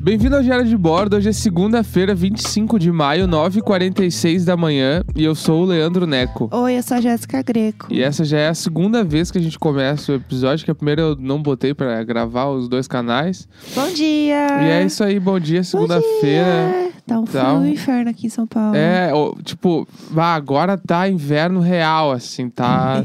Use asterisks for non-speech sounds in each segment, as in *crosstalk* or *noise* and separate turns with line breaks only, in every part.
Bem-vindo ao Diário de Bordo. Hoje é segunda-feira, 25 de maio, 9h46 da manhã. E eu sou o Leandro Neco.
Oi, eu sou a Jéssica Greco.
E essa já é a segunda vez que a gente começa o episódio, que a primeira eu não botei pra gravar os dois canais.
Bom dia!
E é isso aí, bom dia,
Bom
segunda-feira.
dia! Tá um
Tá
frio
um-
inferno aqui em São Paulo.
É, ó, tipo, ah, agora tá inverno real, assim, tá.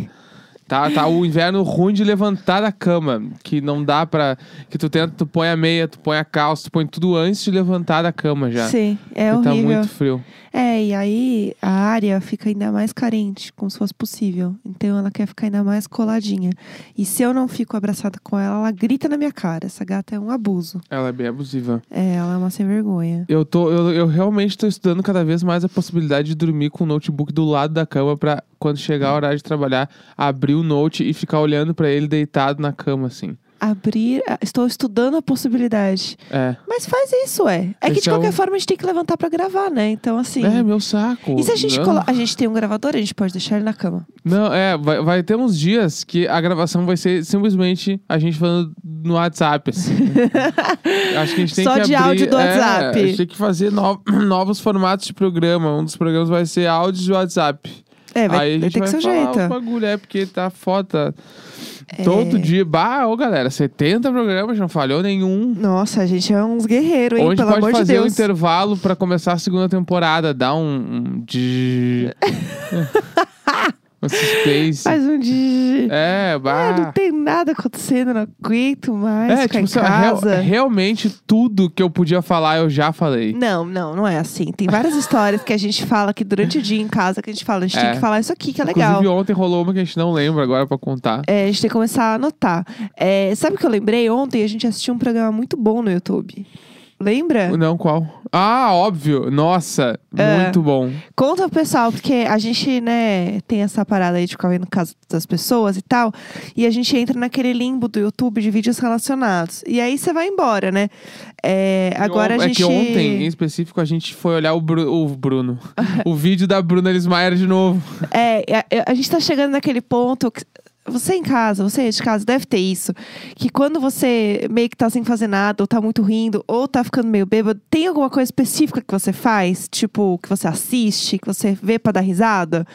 Tá, tá o inverno ruim de levantar da cama, que não dá pra. Que tu tenta, tu põe a meia, tu põe a calça, tu põe tudo antes de levantar da cama já.
Sim, é
Porque tá
horrível.
muito frio.
É, e aí a área fica ainda mais carente, como se fosse possível. Então ela quer ficar ainda mais coladinha. E se eu não fico abraçada com ela, ela grita na minha cara. Essa gata é um abuso.
Ela é bem abusiva.
É, ela é uma sem vergonha.
Eu, tô, eu, eu realmente tô estudando cada vez mais a possibilidade de dormir com o notebook do lado da cama pra quando chegar a hora de trabalhar, abrir o note e ficar olhando pra ele deitado na cama, assim.
Abrir. ah, Estou estudando a possibilidade.
É.
Mas faz isso, é. É que de
Então-
qualquer forma a gente tem que levantar pra gravar, né? Então, assim.
É, meu saco.
E se a gente
Não.
colo... A gente tem um gravador, a gente pode deixar ele na cama.
Não, é, vai, vai ter uns dias que a gravação vai ser simplesmente a gente falando no WhatsApp,
*laughs*
assim. Acho que a gente tem
Só
que
de
abrir-
áudio do
é,
WhatsApp.
A gente tem que fazer no- novos formatos de programa. Um dos programas vai ser áudios de WhatsApp.
É, vai,
Aí a
vai
gente
ter que
vai
ser o
falar
jeito. É.
os bagulho, é porque tá foda. Todo dia, bah, ô galera, 70 programas, não falhou nenhum.
Nossa, a gente é uns guerreiros, hein?
Ou a gente
Pelo
pode
amor de
fazer um
Deus.
intervalo pra começar a segunda temporada, dar um, um
*laughs*
de um suspense.
Faz um de.
É,
Ah,
bah.
não tem nada acontecendo, não aguento mais
É,
ficar
tipo,
em
sei lá, real-
casa.
realmente tudo que eu podia falar, eu já falei.
Não, não, não é assim. Tem várias histórias que a gente fala que durante o dia em casa que a gente fala, a gente
É.
tem que falar isso aqui, que é legal.
Inclusive, ontem rolou uma que a gente não lembra agora pra contar.
É, a gente tem que começar a anotar. É, sabe o que eu lembrei? Ontem a gente assistiu um programa muito bom no YouTube. Lembra?
Não, qual? Ah, óbvio. Nossa,
É.
muito bom.
Conta pro pessoal, porque a gente, né, tem essa parada aí de ficar vendo casa das pessoas e tal. E a gente entra naquele limbo do YouTube de vídeos relacionados. E aí você vai embora, né? É, agora
é
a gente.
que ontem, em específico, a gente foi olhar o, Bru- o Bruno.
*laughs*
o vídeo da Bruna Lismayer de novo.
É, a, a gente tá chegando naquele ponto. Que, você em casa, você de casa, deve ter isso. Que quando você meio que tá sem fazer nada, ou tá muito rindo, ou tá ficando meio bêbado, tem alguma coisa específica que você faz? Tipo, que você assiste, que você vê pra dar risada?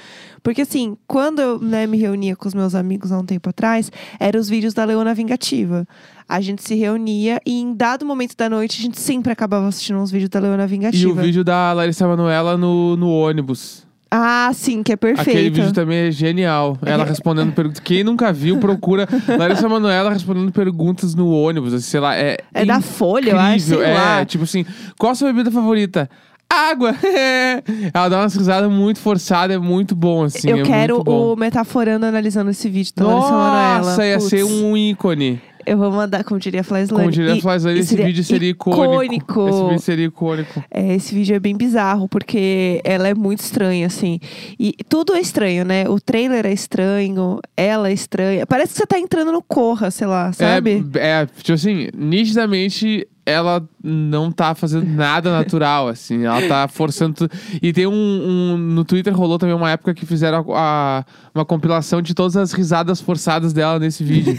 Porque assim, quando eu né, me reunia com os meus amigos há um tempo atrás, eram os vídeos da Leona Vingativa. A gente se reunia e em dado momento da noite, a gente sempre acabava assistindo uns vídeos da Leona
E o
Vingativa.
vídeo da Larissa Manoela no, no ônibus.
Ah, sim, que é perfeito.
Aquele vídeo também é genial. Ela respondendo *laughs* perguntas. Quem nunca viu, procura Larissa Manoela respondendo perguntas no ônibus. assim, Sei lá, é.
É da Folha, eu acho,
incrível.
sei
é,
lá.
tipo assim, qual a sua bebida favorita? Água! *laughs* Ela dá uma risada muito forçada, é muito bom, assim.
eu
é
quero
muito bom.
o Metaforando analisando esse vídeo tá da Larissa Manoela.
Nossa, ia
Putz,
ser um ícone.
Eu vou mandar, como diria a Fly Slane.
Como diria
E-
a Flávia,
e
esse vídeo seria icônico. Esse vídeo seria icônico.
É, esse vídeo é bem bizarro, porque ela é muito estranha, assim. E tudo é estranho, né? O trailer é estranho, ela é estranha. Parece que você tá entrando no Corra, sei lá, sabe?
É, é, tipo assim, nitidamente ela não tá fazendo nada natural, assim. Ela tá forçando tudo. E tem um, um- No Twitter rolou também uma época que fizeram a- a- uma compilação de todas as risadas forçadas dela nesse vídeo.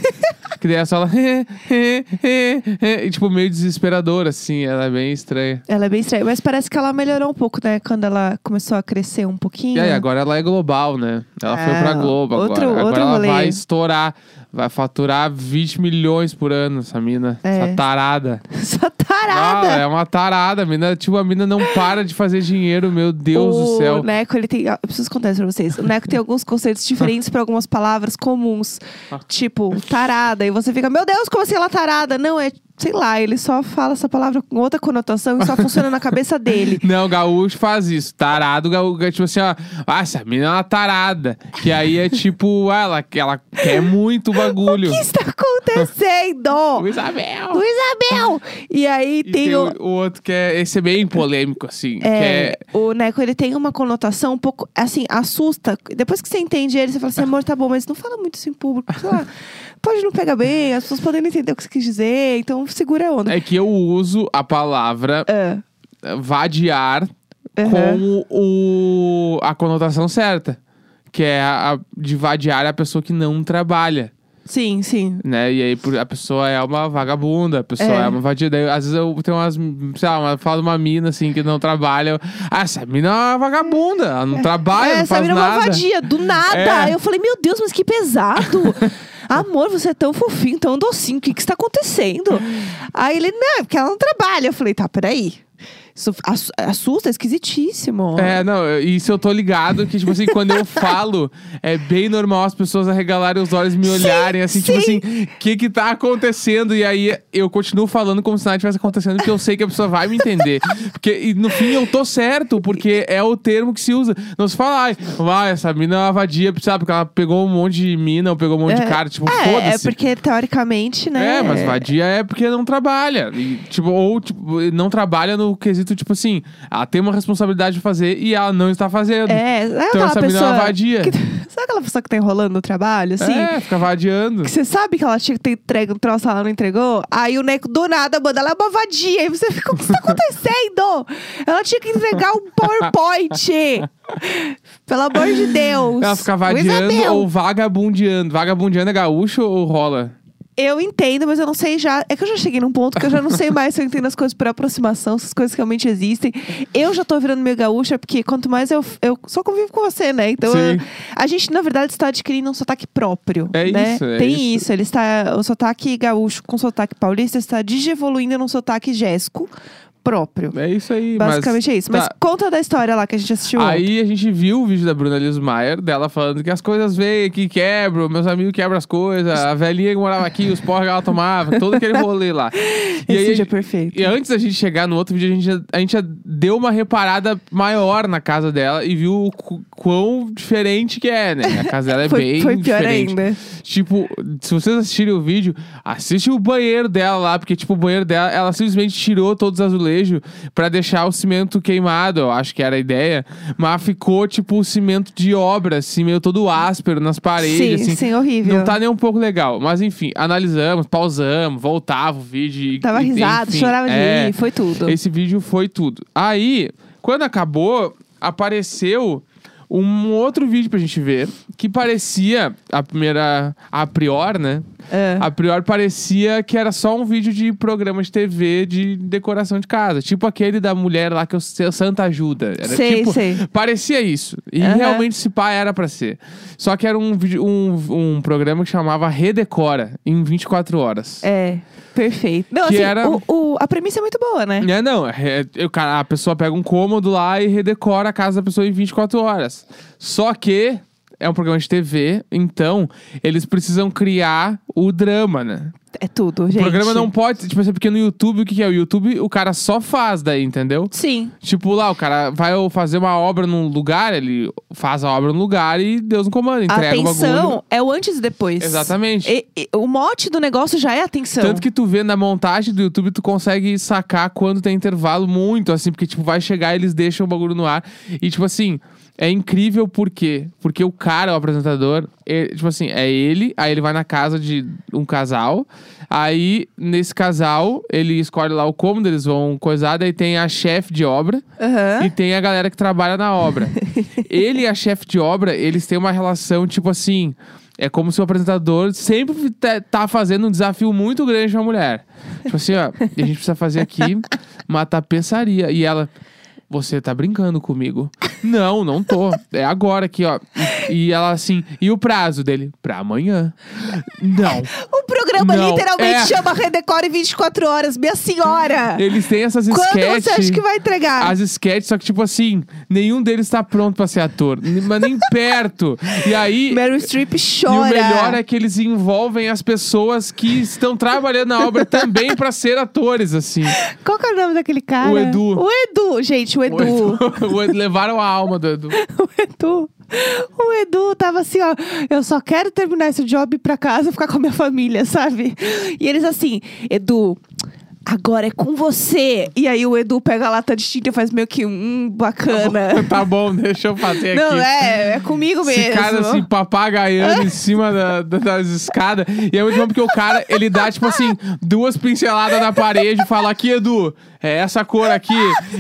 que daí é só ela. *laughs* e, tipo, meio desesperador, assim. Ela é bem estranha.
Ela é bem estranha, mas parece que ela melhorou um pouco, né? Quando ela começou a crescer um pouquinho.
E aí,
*laughs*
agora ela é global, né? Ela foi
Ah,
pra Globo
outro-
agora. Agora
outro
ela
rolê.
vai estourar. Vai faturar 20 milhões por ano, essa mina.
É.
Essa tarada.
Essa
Ah,
tarada!
é uma tarada. A mina, tipo, a mina não para de fazer dinheiro, meu Deus do
O
céu.
Neco, ele tem. ah, Eu preciso contar isso pra vocês. O Neco tem alguns conceitos diferentes pra algumas palavras comuns.
Ah.
Tipo, tarada. E você fica, meu Deus, como assim ela é tarada? Não, é, sei lá, ele só fala essa palavra com outra conotação e só funciona na
*laughs*
cabeça dele.
Não, gaúcho faz isso. Tarado, gaúcho. é Tipo assim, ó. Ah, essa mina é uma tarada. Que aí é tipo, ah, ela, ela quer muito o bagulho.
O que está acontecendo?
*laughs* O Isabel!
O Isabel! E aí
E
tem, o.
o outro que é. Esse é bem polêmico, assim. que
É,
é-
o Neco, ele tem uma conotação um pouco, assim, assusta. Depois que você entende ele, você fala assim, amor, tá bom, mas não fala muito isso em público,
*laughs*
sei lá. Pode não pegar bem, as pessoas podem não entender o que você quis dizer, então segura a onda.
É que eu uso a palavra
Ah,
eh, vadiar
Aham.
com o, a conotação certa. Que é a, a- de vadiar é a pessoa que não trabalha.
Sim, sim.
né? E aí por- a pessoa é uma vagabunda, a pessoa é,
É.
uma vadia. Daí, às vezes eu tenho umas, sei lá, uma, falo de uma mina assim que não trabalha. Eu, ah, essa mina é uma vagabunda, ela não trabalha,
é,
não
essa
faz
mina é uma
nada.
vadia, do nada.
É.
Eu falei, meu Deus, mas
*laughs*
que pesado. Amor, você é tão fofinho, tão docinho, o que que está acontecendo? Aí ele, não, é porque ela não trabalha. Eu falei, tá, peraí. Isso ass- assusta, é esquisitíssimo.
É, não, eu- isso eu tô ligado que, tipo assim, quando
*laughs*
eu falo, é bem normal as pessoas arregalarem os olhos e me
Sim,
olharem, assim, tipo
sim.
assim, o que que tá acontecendo? E aí eu continuo falando como se nada tivesse acontecendo, porque eu sei que a pessoa vai me entender. Porque, e no fim, eu tô certo, porque é o termo que se usa. Não se fala, ai, ah, essa mina é uma vadia, sabe? Porque ela pegou um monte de mina ou pegou um monte de cara, tipo,
É, é
foda-se.
porque teoricamente, né?
É, mas vadia é porque não trabalha. E, tipo, ou tipo, não trabalha no quesito, tipo assim, ela tem uma responsabilidade de fazer e ela não está fazendo.
É, é
Então
aquela
essa mina é
pessoa.
uma vadia.
que- *laughs* sabe aquela pessoa que tá enrolando no trabalho, assim?
É, fica vadiando.
Que você sabe que ela tinha que ter entregue um troço, ela não entregou. Aí o Neco do nada manda ela é uma vadia. Aí você fica, o que está acontecendo? Ela tinha que entregar um PowerPoint. Pelo amor de Deus.
Ela fica
Coisa
vadiando
meu.
ou vagabundeando. Vagabundeando é gaúcho ou rola?
Eu entendo, mas eu não sei já. É que eu já cheguei num ponto que eu já não
*laughs*
sei mais se eu entendo as coisas por aproximação, se as coisas realmente existem. Eu já tô virando meio gaúcha, porque quanto mais eu. Eu só convivo com você, né? Então eu-
Sim.
a gente, na verdade, está adquirindo um sotaque próprio.
É
né?
isso, é
Tem
isso.
isso. Ele está. O sotaque gaúcho com sotaque paulista está digievoluindo num sotaque jéssico próprio.
É isso aí. mas-
Basicamente é isso. Mas
tá.
conta da história lá que a gente assistiu. ontem.
Aí a gente viu o vídeo da Bruna Lismayer, dela falando que as coisas veem que quebram, meus amigos quebram as coisas, a velhinha que morava aqui, os porros que ela tomava, todo aquele rolê
*laughs*
lá. E
Esse
aí,
dia é perfeito.
E antes da gente chegar no outro vídeo, a gente, já- a gente já deu uma reparada maior na casa dela e viu o qu- quão diferente que é, né? A casa dela é
foi,
bem
foi pior
diferente.
ainda.
Tipo, se vocês assistirem o vídeo, assiste o banheiro dela lá, porque, tipo, o banheiro dela, ela simplesmente tirou todos os azulejos pra deixar o cimento queimado, eu acho que era a ideia. Mas ficou, tipo, o cimento de obra, assim, meio todo áspero nas paredes,
sim,
assim.
sim, horrível.
Não tá nem um pouco legal. Mas enfim, analisamos, pausamos, voltava o vídeo. e-
Tava
e-
risado,
enfim,
chorava de
é.
rir, foi tudo.
Esse vídeo foi tudo. Aí, quando acabou, apareceu um outro vídeo pra gente ver que parecia a primeira a prior, né?
É.
A prior parecia que era só um vídeo de programa de TV de decoração de casa, tipo aquele da mulher lá que eu sei, Santa ajuda. Era
Sei,
tipo,
sei.
parecia isso. E
Aham.
realmente se pá era pra ser. Só que era um vídeo um, um programa que chamava Redecora em 24 horas.
É, perfeito. Não,
Que
assim,
era-
o- o- a premissa é muito boa, né?
É, não. é- é- o cara- a pessoa pega um cômodo lá e redecora a casa da pessoa em 24 horas. Só que é um programa de TV, então eles precisam criar o drama, né?
É tudo, gente.
O programa não pode. Tipo assim, porque no YouTube, o que, que é? O YouTube, o cara só faz daí, entendeu?
Sim.
Tipo lá, o cara vai fazer uma obra num lugar, ele faz a obra no lugar e Deus no comando, entrega
a
o bagulho.
atenção é o antes e depois.
Exatamente.
E- e- o mote do negócio já é a atenção.
Tanto que tu vê na montagem do YouTube, tu consegue sacar quando tem intervalo muito, assim, porque, tipo, vai chegar eles deixam o bagulho no ar. E, tipo assim, é incrível por quê? Porque o cara, o apresentador, é, tipo assim, é ele, aí ele vai na casa de um casal, aí nesse casal, ele escolhe lá o cômodo, eles vão coisar, daí tem a chefe de obra.
Aham.
E tem a galera que trabalha na
*laughs*
obra. Ele e a chefe de obra, eles têm uma relação, tipo assim. É como se o apresentador sempre tá- tá fazendo um desafio muito grande pra mulher. Tipo assim, ó, a gente precisa fazer
*laughs*
aqui uma tapeçaria. E ela. Você tá brincando comigo? Não, não tô. É agora aqui, ó. E e ela assim. E o prazo dele? Pra amanhã. Não.
O programa
Não,
literalmente
é.
chama Redecore 24 horas, minha senhora!
Eles têm essas
Quando
sketches.
você acha que vai entregar?
as sketches, só que, tipo assim, nenhum deles tá pronto pra ser ator. n- Mas
*laughs*
nem perto. E aí.
Meryl Streep
E o
chora.
melhor é que eles envolvem as pessoas que estão trabalhando na obra também pra ser atores,
*laughs*
assim.
Qual que é o nome daquele cara?
O Edu.
O Edu, gente,
O Edu- *laughs* o Edu- então, Levaram a alma do *laughs* Edu.
*laughs* O Edu, o Edu tava assim, ó. Eu só quero *laughs* terminar esse job e ir pra casa e ficar com a minha família, sabe? E eles assim, Edu. agora é com você. E aí o Edu pega a lata de tinta e faz meio que um
*laughs*
bacana.
tá bom, deixa eu fazer
Não,
aqui.
é, é comigo mesmo.
Esse cara assim, papagaiando em cima da- da- das escadas. E é muito bom porque o cara, ele dá, tipo assim, duas pinceladas na parede e fala: aqui, Edu, é essa cor aqui.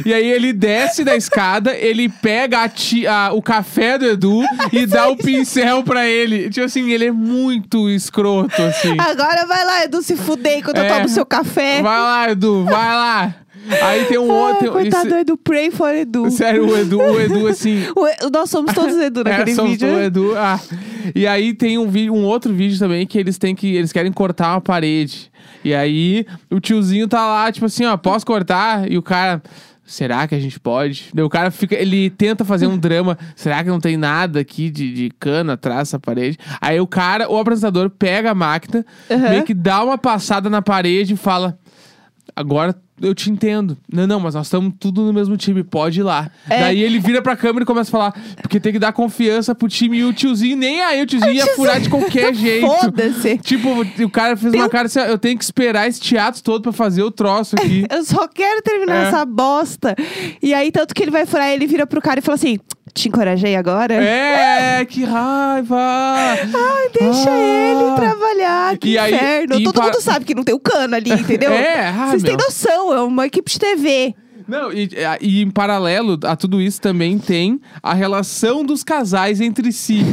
E aí ele desce da escada, ele pega a ti- a- o café do Edu e dá o pincel pra ele. Tipo assim, ele é muito escroto, assim.
Agora vai lá, Edu, se fuder enquanto
É.
eu tomo seu café.
Vai lá, Edu, vai lá. Aí tem um
Ah,
outro.
coitado
esse-
do Edu, pray for Edu.
Sério, o Edu, o Edu, assim,
O E- nós somos todos Edu
*laughs*
naquele
É, somos
vídeo.
do Edu. Ah, E aí tem um, vídeo, um outro vídeo também que eles têm que. Eles querem cortar uma parede. E aí o tiozinho tá lá, tipo assim, ó, posso cortar? E o cara. Será que a gente pode? Daí O cara fica. Ele tenta fazer um drama. Será que não tem nada aqui de, de cana atrás dessa parede? Aí o cara, o apresentador, pega a máquina,
Uhum.
meio que dá uma passada na parede e fala. Agora eu te entendo. Não, não, mas nós estamos tudo no mesmo time, pode ir lá.
É.
Daí ele vira pra câmera e começa a falar, porque tem que dar confiança pro time e o tiozinho, nem aí o tiozinho ia
tiozinho-
furar de
*laughs*
qualquer jeito.
Foda-se. um
Tipo, o cara fez uma cara assim, ó, eu tenho que esperar esse teatro todo pra fazer o troço
*laughs*
aqui.
Eu só quero terminar
É.
essa bosta. E aí, tanto que ele vai furar, ele vira pro cara e fala assim: Te encorajei agora?
é, que raiva!
Ai, deixa
Ah.
ele trabalhar, que
E aí-
inferno.
e
Todo
para-
mundo sabe que não tem o cano ali, entendeu?
É, ah,
Vocês têm
meu.
noção, é uma equipe de TV.
Não, e, e em paralelo a tudo isso também tem a relação dos casais entre
*laughs*
si,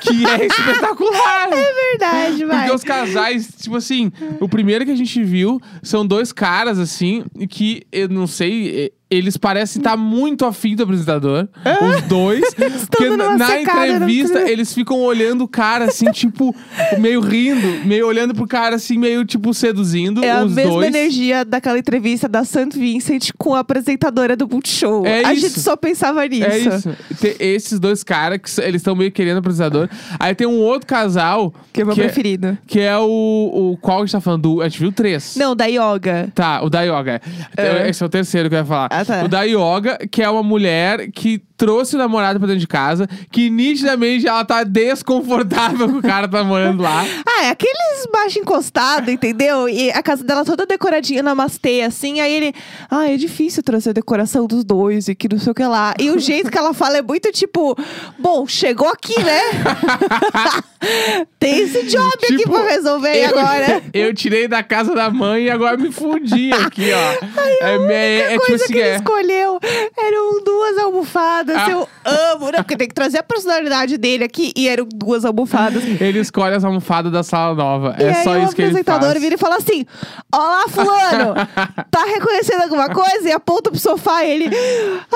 que é espetacular!
É verdade, vai.
Porque os casais, tipo assim, o primeiro que a gente viu são dois caras, assim, que eu não sei, e- eles parecem estar muito afim do apresentador. Os
*laughs*
dois. porque
É? dando
na-
uma
na
secada no
entrevista
tre-
eles ficam olhando o cara, assim, tipo, meio rindo, meio olhando pro cara, assim, meio, tipo, seduzindo.
É a
os
mesma
dois.
energia daquela entrevista da St. Vincent com a apresentadora do Multishow.
É
a
isso.
gente só pensava nisso.
É isso. Tem esses dois caras que s- eles estão meio querendo o apresentador. Aí tem um outro casal.
Que é o meu preferido.
que é o, o. Qual a gente tá falando? Do- A gente viu três.
Não, da Yoga.
Tá, o da yoga.
É.
Esse é o terceiro que eu ia falar.
Ah, tá.
O da yoga, que é uma mulher que trouxe o namorado pra dentro de casa, que nitidamente ela tá desconfortável *laughs* com o cara que tá morando lá.
Ah, é aqueles baixo encostado, entendeu? E a casa dela toda decoradinha, namastê, assim. Aí ele, ah, é difícil trazer a decoração dos dois e que não sei o que lá. E o jeito que ela fala é muito tipo, bom, chegou aqui, né? *laughs* Tem esse job aqui
Tipo,
pra resolver
eu,
agora.
*laughs* Eu tirei da casa da mãe e agora me fudi aqui, ó. é, me- é,
A
é tipo
coisa
assim,
que ele
é.
escolheu eram duas almofadas.
Ah.
Eu amo, né? Porque tem que trazer a personalidade dele aqui e eram duas almofadas.
Ele escolhe as almofadas da sala nova.
e
é
aí
só
o
isso que ele
apresentador
faz.
vira e fala assim: Olá, fulano! tá reconhecendo alguma coisa? E aponta pro sofá e ele.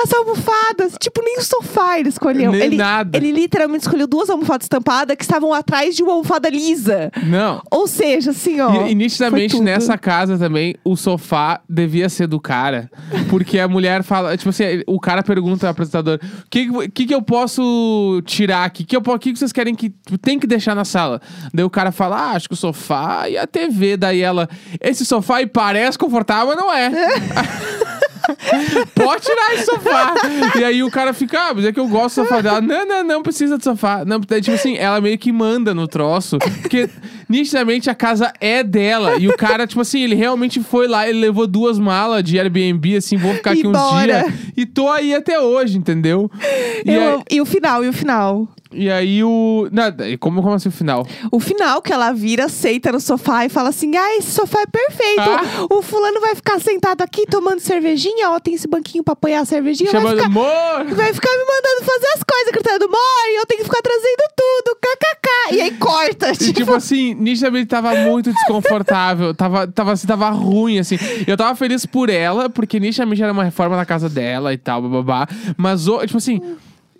As almofadas! Tipo, nem o sofá ele escolheu.
Nem
ele,
nada.
ele literalmente escolheu duas almofadas estampadas que estavam atrás de uma almofada lisa.
Não.
Ou seja, assim, ó.
E, e nitidamente
foi tudo.
nessa casa também, o sofá devia ser do cara. Porque a mulher fala, tipo assim, o cara pergunta ao apresentador: o que, que, que eu posso tirar aqui? O que, eu po- que, que vocês querem que tipo, tem que deixar na sala? Daí o cara fala: ah, acho que o sofá e a TV. Daí ela: esse sofá aí parece confortável, mas não
*laughs*
é. Pode tirar esse sofá. e aí o cara fica, ah, mas é que eu gosto do sofá dela. Não, não, não precisa do sofá. Não, daí, tipo assim, ela meio que manda no troço. Porque nitidamente a casa é dela. E o cara, tipo assim, ele realmente foi lá, ele levou duas malas de Airbnb, assim, vou ficar aqui uns
Embora.
dias. E tô aí até hoje, entendeu? E,
Eu
aí-
amo- e o final, e o final?
e aí o. Nada, e como, como assim o final?
O final que ela vira, senta no sofá e fala assim: Ah, esse sofá é perfeito.
Ah.
O fulano vai ficar sentado aqui tomando cervejinha, ó, tem esse banquinho pra apoiar a cervejinha. Vai
Chamando
ficar,
amor!
vai ficar me mandando fazer as coisas, gritando, mãe, eu tenho que ficar trazendo tudo, kkk. E aí
*laughs*
corta,
E,
tipo.
tipo assim, nitidamente tava muito desconfortável. tava, tava, assim, tava ruim, assim. Eu tava feliz por ela, porque nitidamente era uma reforma na casa dela e tal, bababá. Mas, o- tipo assim,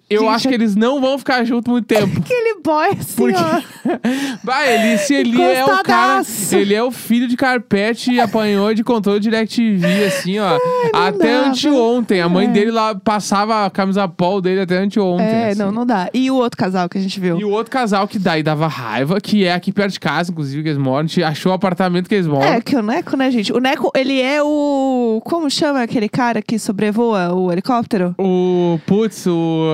eu
Gente, é
acho que eles não vão ficar junto muito
*laughs*
tempo.
Aquele boy assim,
Porque. *laughs*
ó.
Vai, ele, se ele é o cara.
Encostadaço.
Ele é o filho de carpete e apanhou de controle DirecTV, assim, ó.
não
até
dava.
anteontem. A mãe
É.
dele lá passava a camisa polo dele até anteontem.
É,
assim.
não, não dá. E o outro casal que a gente viu?
E o outro casal que daí dava raiva, que é aqui perto de casa, inclusive, que eles moram, a gente achou o apartamento que eles moram.
É, que o Neco, né, gente? O Neco, ele é o. Como chama aquele cara que sobrevoa o helicóptero?
O putz, o,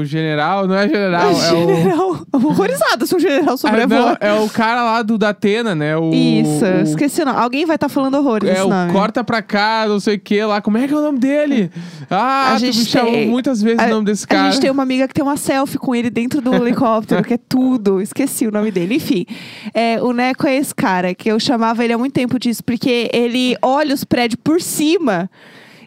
o general, não é general,
o
*laughs* é o.
general. *laughs* horrorizada se um general
Ah, não,
sobrevoa.
é o cara lá do da Atena, né? O,
Isso,
o-
esqueci o nome. Alguém vai estar falando horrores
É
desse
o
nome.
corta pra cá, não sei o que lá. Como é que é o nome dele? Ah,
A
tu me
gente
chamou
tem-
muitas vezes
a-
o nome desse cara.
A gente tem uma amiga que tem uma selfie com ele dentro do helicóptero, que é tudo. Esqueci o nome dele. Enfim, é, o Neco é esse cara, que eu chamava ele há muito tempo disso, porque ele olha os prédios por cima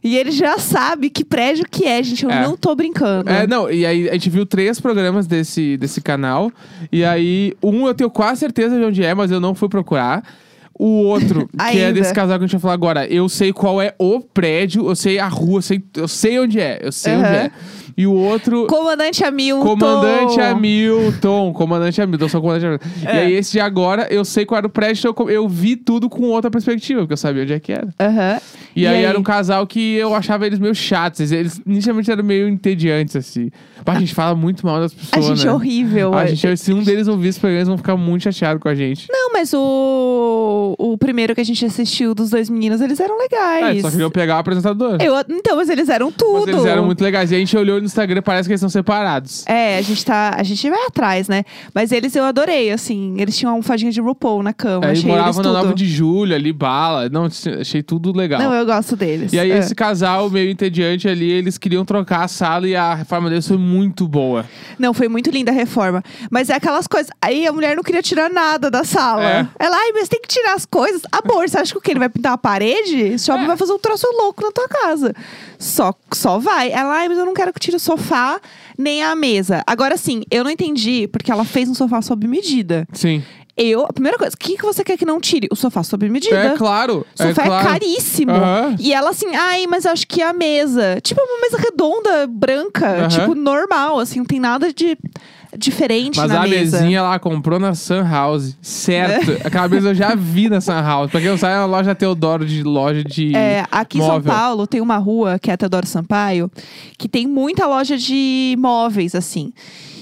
e ele já sabe que prédio que é, gente. Eu
É.
não tô brincando.
É, não, e aí a gente viu três programas desse, desse canal. E aí, um eu tenho quase certeza de onde é, mas eu não fui procurar. O
*laughs*
outro, que é
Ainda.
desse casal que a gente vai falar agora, eu sei qual é o prédio, eu sei a rua, eu sei, eu sei onde é, eu sei onde
Aham.
é. E o outro.
Comandante Hamilton.
Comandante Hamilton, comandante Hamilton, sou comandante Hamilton.
É.
E aí, esse de agora, eu sei qual era o prédio, então eu co- eu vi tudo com outra perspectiva, porque eu sabia onde é que era.
Aham.
E, aí, era um casal que eu achava eles meio chatos. Eles, eles inicialmente eram meio entediantes, assim. Mas a gente fala muito mal das
A
pessoas,
gente
né?
é horrível.
A gente, é- se um deles ouvir esse programa, eles vão ficar muito chateados com a gente.
Não, mas o, o primeiro que a gente assistiu dos dois meninos, eles eram
É,
legais.
só que eu pegar o apresentador.
Eu- então, mas eles eram tudo.
Mas eles eram muito legais. E a gente olhou no Instagram, parece que eles são separados.
É, a gente tá. A gente vai atrás, né? Mas eles eu adorei, assim. Eles tinham uma almofadinha de RuPaul na cama.
aí
É, achei eles
É, moravam na
tudo.
Nova de Julho, ali, bala. Não, achei tudo legal.
Não, eu gosto deles.
E aí,
É.
esse casal meio entediante ali, eles queriam trocar a sala e a reforma deles foi muito boa.
Não, foi muito linda a reforma. Mas é aquelas coisas. Aí a mulher não queria tirar nada da sala.
É.
Ela, ai, mas tem que tirar as coisas. Amor, você acha que o quê? Ele vai pintar a parede? Esse
É.
homem vai fazer um troço louco na tua casa. Só, só vai. Ela, ai, mas eu não quero que tire o sofá nem a mesa. Agora sim, eu não entendi, porque ela fez um sofá sob medida.
Sim.
Eu, a primeira coisa, o que, que você quer que não tire? O sofá sob medida.
É claro.
Sofá é,
claro.
caríssimo.
Aham.
E ela assim, ai, mas eu acho que é a mesa. Tipo, uma mesa redonda, branca,
Aham.
tipo, normal, assim, não tem nada de diferente
Mas
na
a
mesa. É.
mesinha lá comprou na Sun House. Certo. Aquela mesa eu já vi na Sun House. Pra quem não sabe, é uma loja Teodoro de loja de.
É, aqui em São
móvel.
Paulo tem uma rua, que é a Teodoro Sampaio, que tem muita loja de móveis, assim.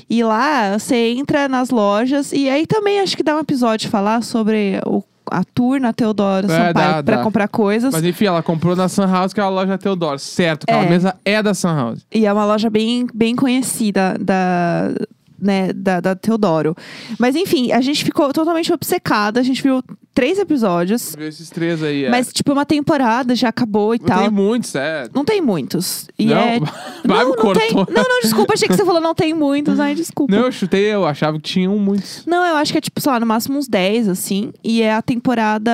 E lá você entra nas lojas, e aí também acho que dá um episódio de falar sobre o- a tour na Teodoro
É, dá,
Sampaio pra
dá.
comprar coisas.
Mas enfim, ela comprou na Sun House, que é a loja Teodoro. Certo. Aquela
É.
mesa é da Sun House.
E é uma loja bem, bem conhecida da, né, da, da Teodoro. Mas enfim, a gente ficou totalmente obcecada. A gente viu três episódios.
Viu esses três aí. é.
Mas, tipo, uma temporada já acabou e
Não
tal.
Tem muitos, é.
Não tem muitos. E
Não? *laughs*
é...
Vai,
não,
me
não tem.
cortou.
Não, não, desculpa. Achei que você falou não tem muitos. Ai, desculpa.
Não, eu chutei, eu achava que tinham muitos.
Não, eu acho que é, tipo, sei lá, no máximo uns 10, assim. E é a temporada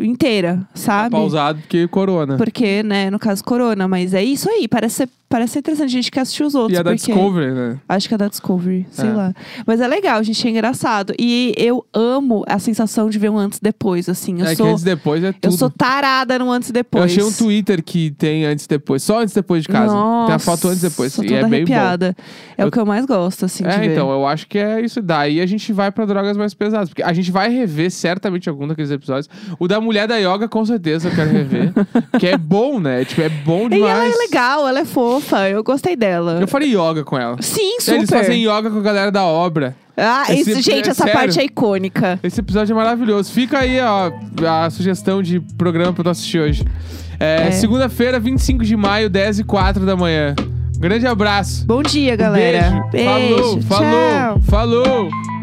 inteira, sabe?
Tá Pausado porque corona.
Porque, né, no caso, Corona. Mas é isso aí. Parece, ser- parece ser interessante. A gente quer assistir os outros.
E a da
porque...
Discovery, né?
Acho que é da Discovery, sei
É.
lá. Mas é legal, gente, é engraçado. E eu amo a sensação de ver um antes e depois, assim. Eu
é
sou
que antes e depois é tudo.
eu sou tarada no antes e
Eu
depois.
achei um Twitter que tem antes e depois. Só antes e depois de casa.
Nossa,
tem a foto antes e depois.
Sou
E
toda
é bem bom.
arrepiada. É
Eu-
o que eu mais gosto, assim, de
É,
ver.
então, eu acho que é isso. Daí a gente vai pra drogas mais pesadas. Porque a gente vai rever certamente algum daqueles episódios. O da mulher da yoga, com certeza, eu quero
*laughs*
rever. que é bom, né? Tipo, é bom
E
demais.
ela é legal, ela é fofa, eu gostei dela.
Eu faria yoga com ela.
Sim, super.
Eles fazem yoga com a galera da obra.
Ah,
Esse-
isso, gente,
é
essa
sério.
parte é icônica.
Esse episódio é maravilhoso. Fica aí, ó, a sugestão de programa pra tu assistir hoje. É,
É.
Segunda-feira, 25 de maio, 10 e 04 da manhã. Grande abraço.
Bom dia, galera.
Um Beijo. Falou,
Beijo,
falou,
Tchau.
falou.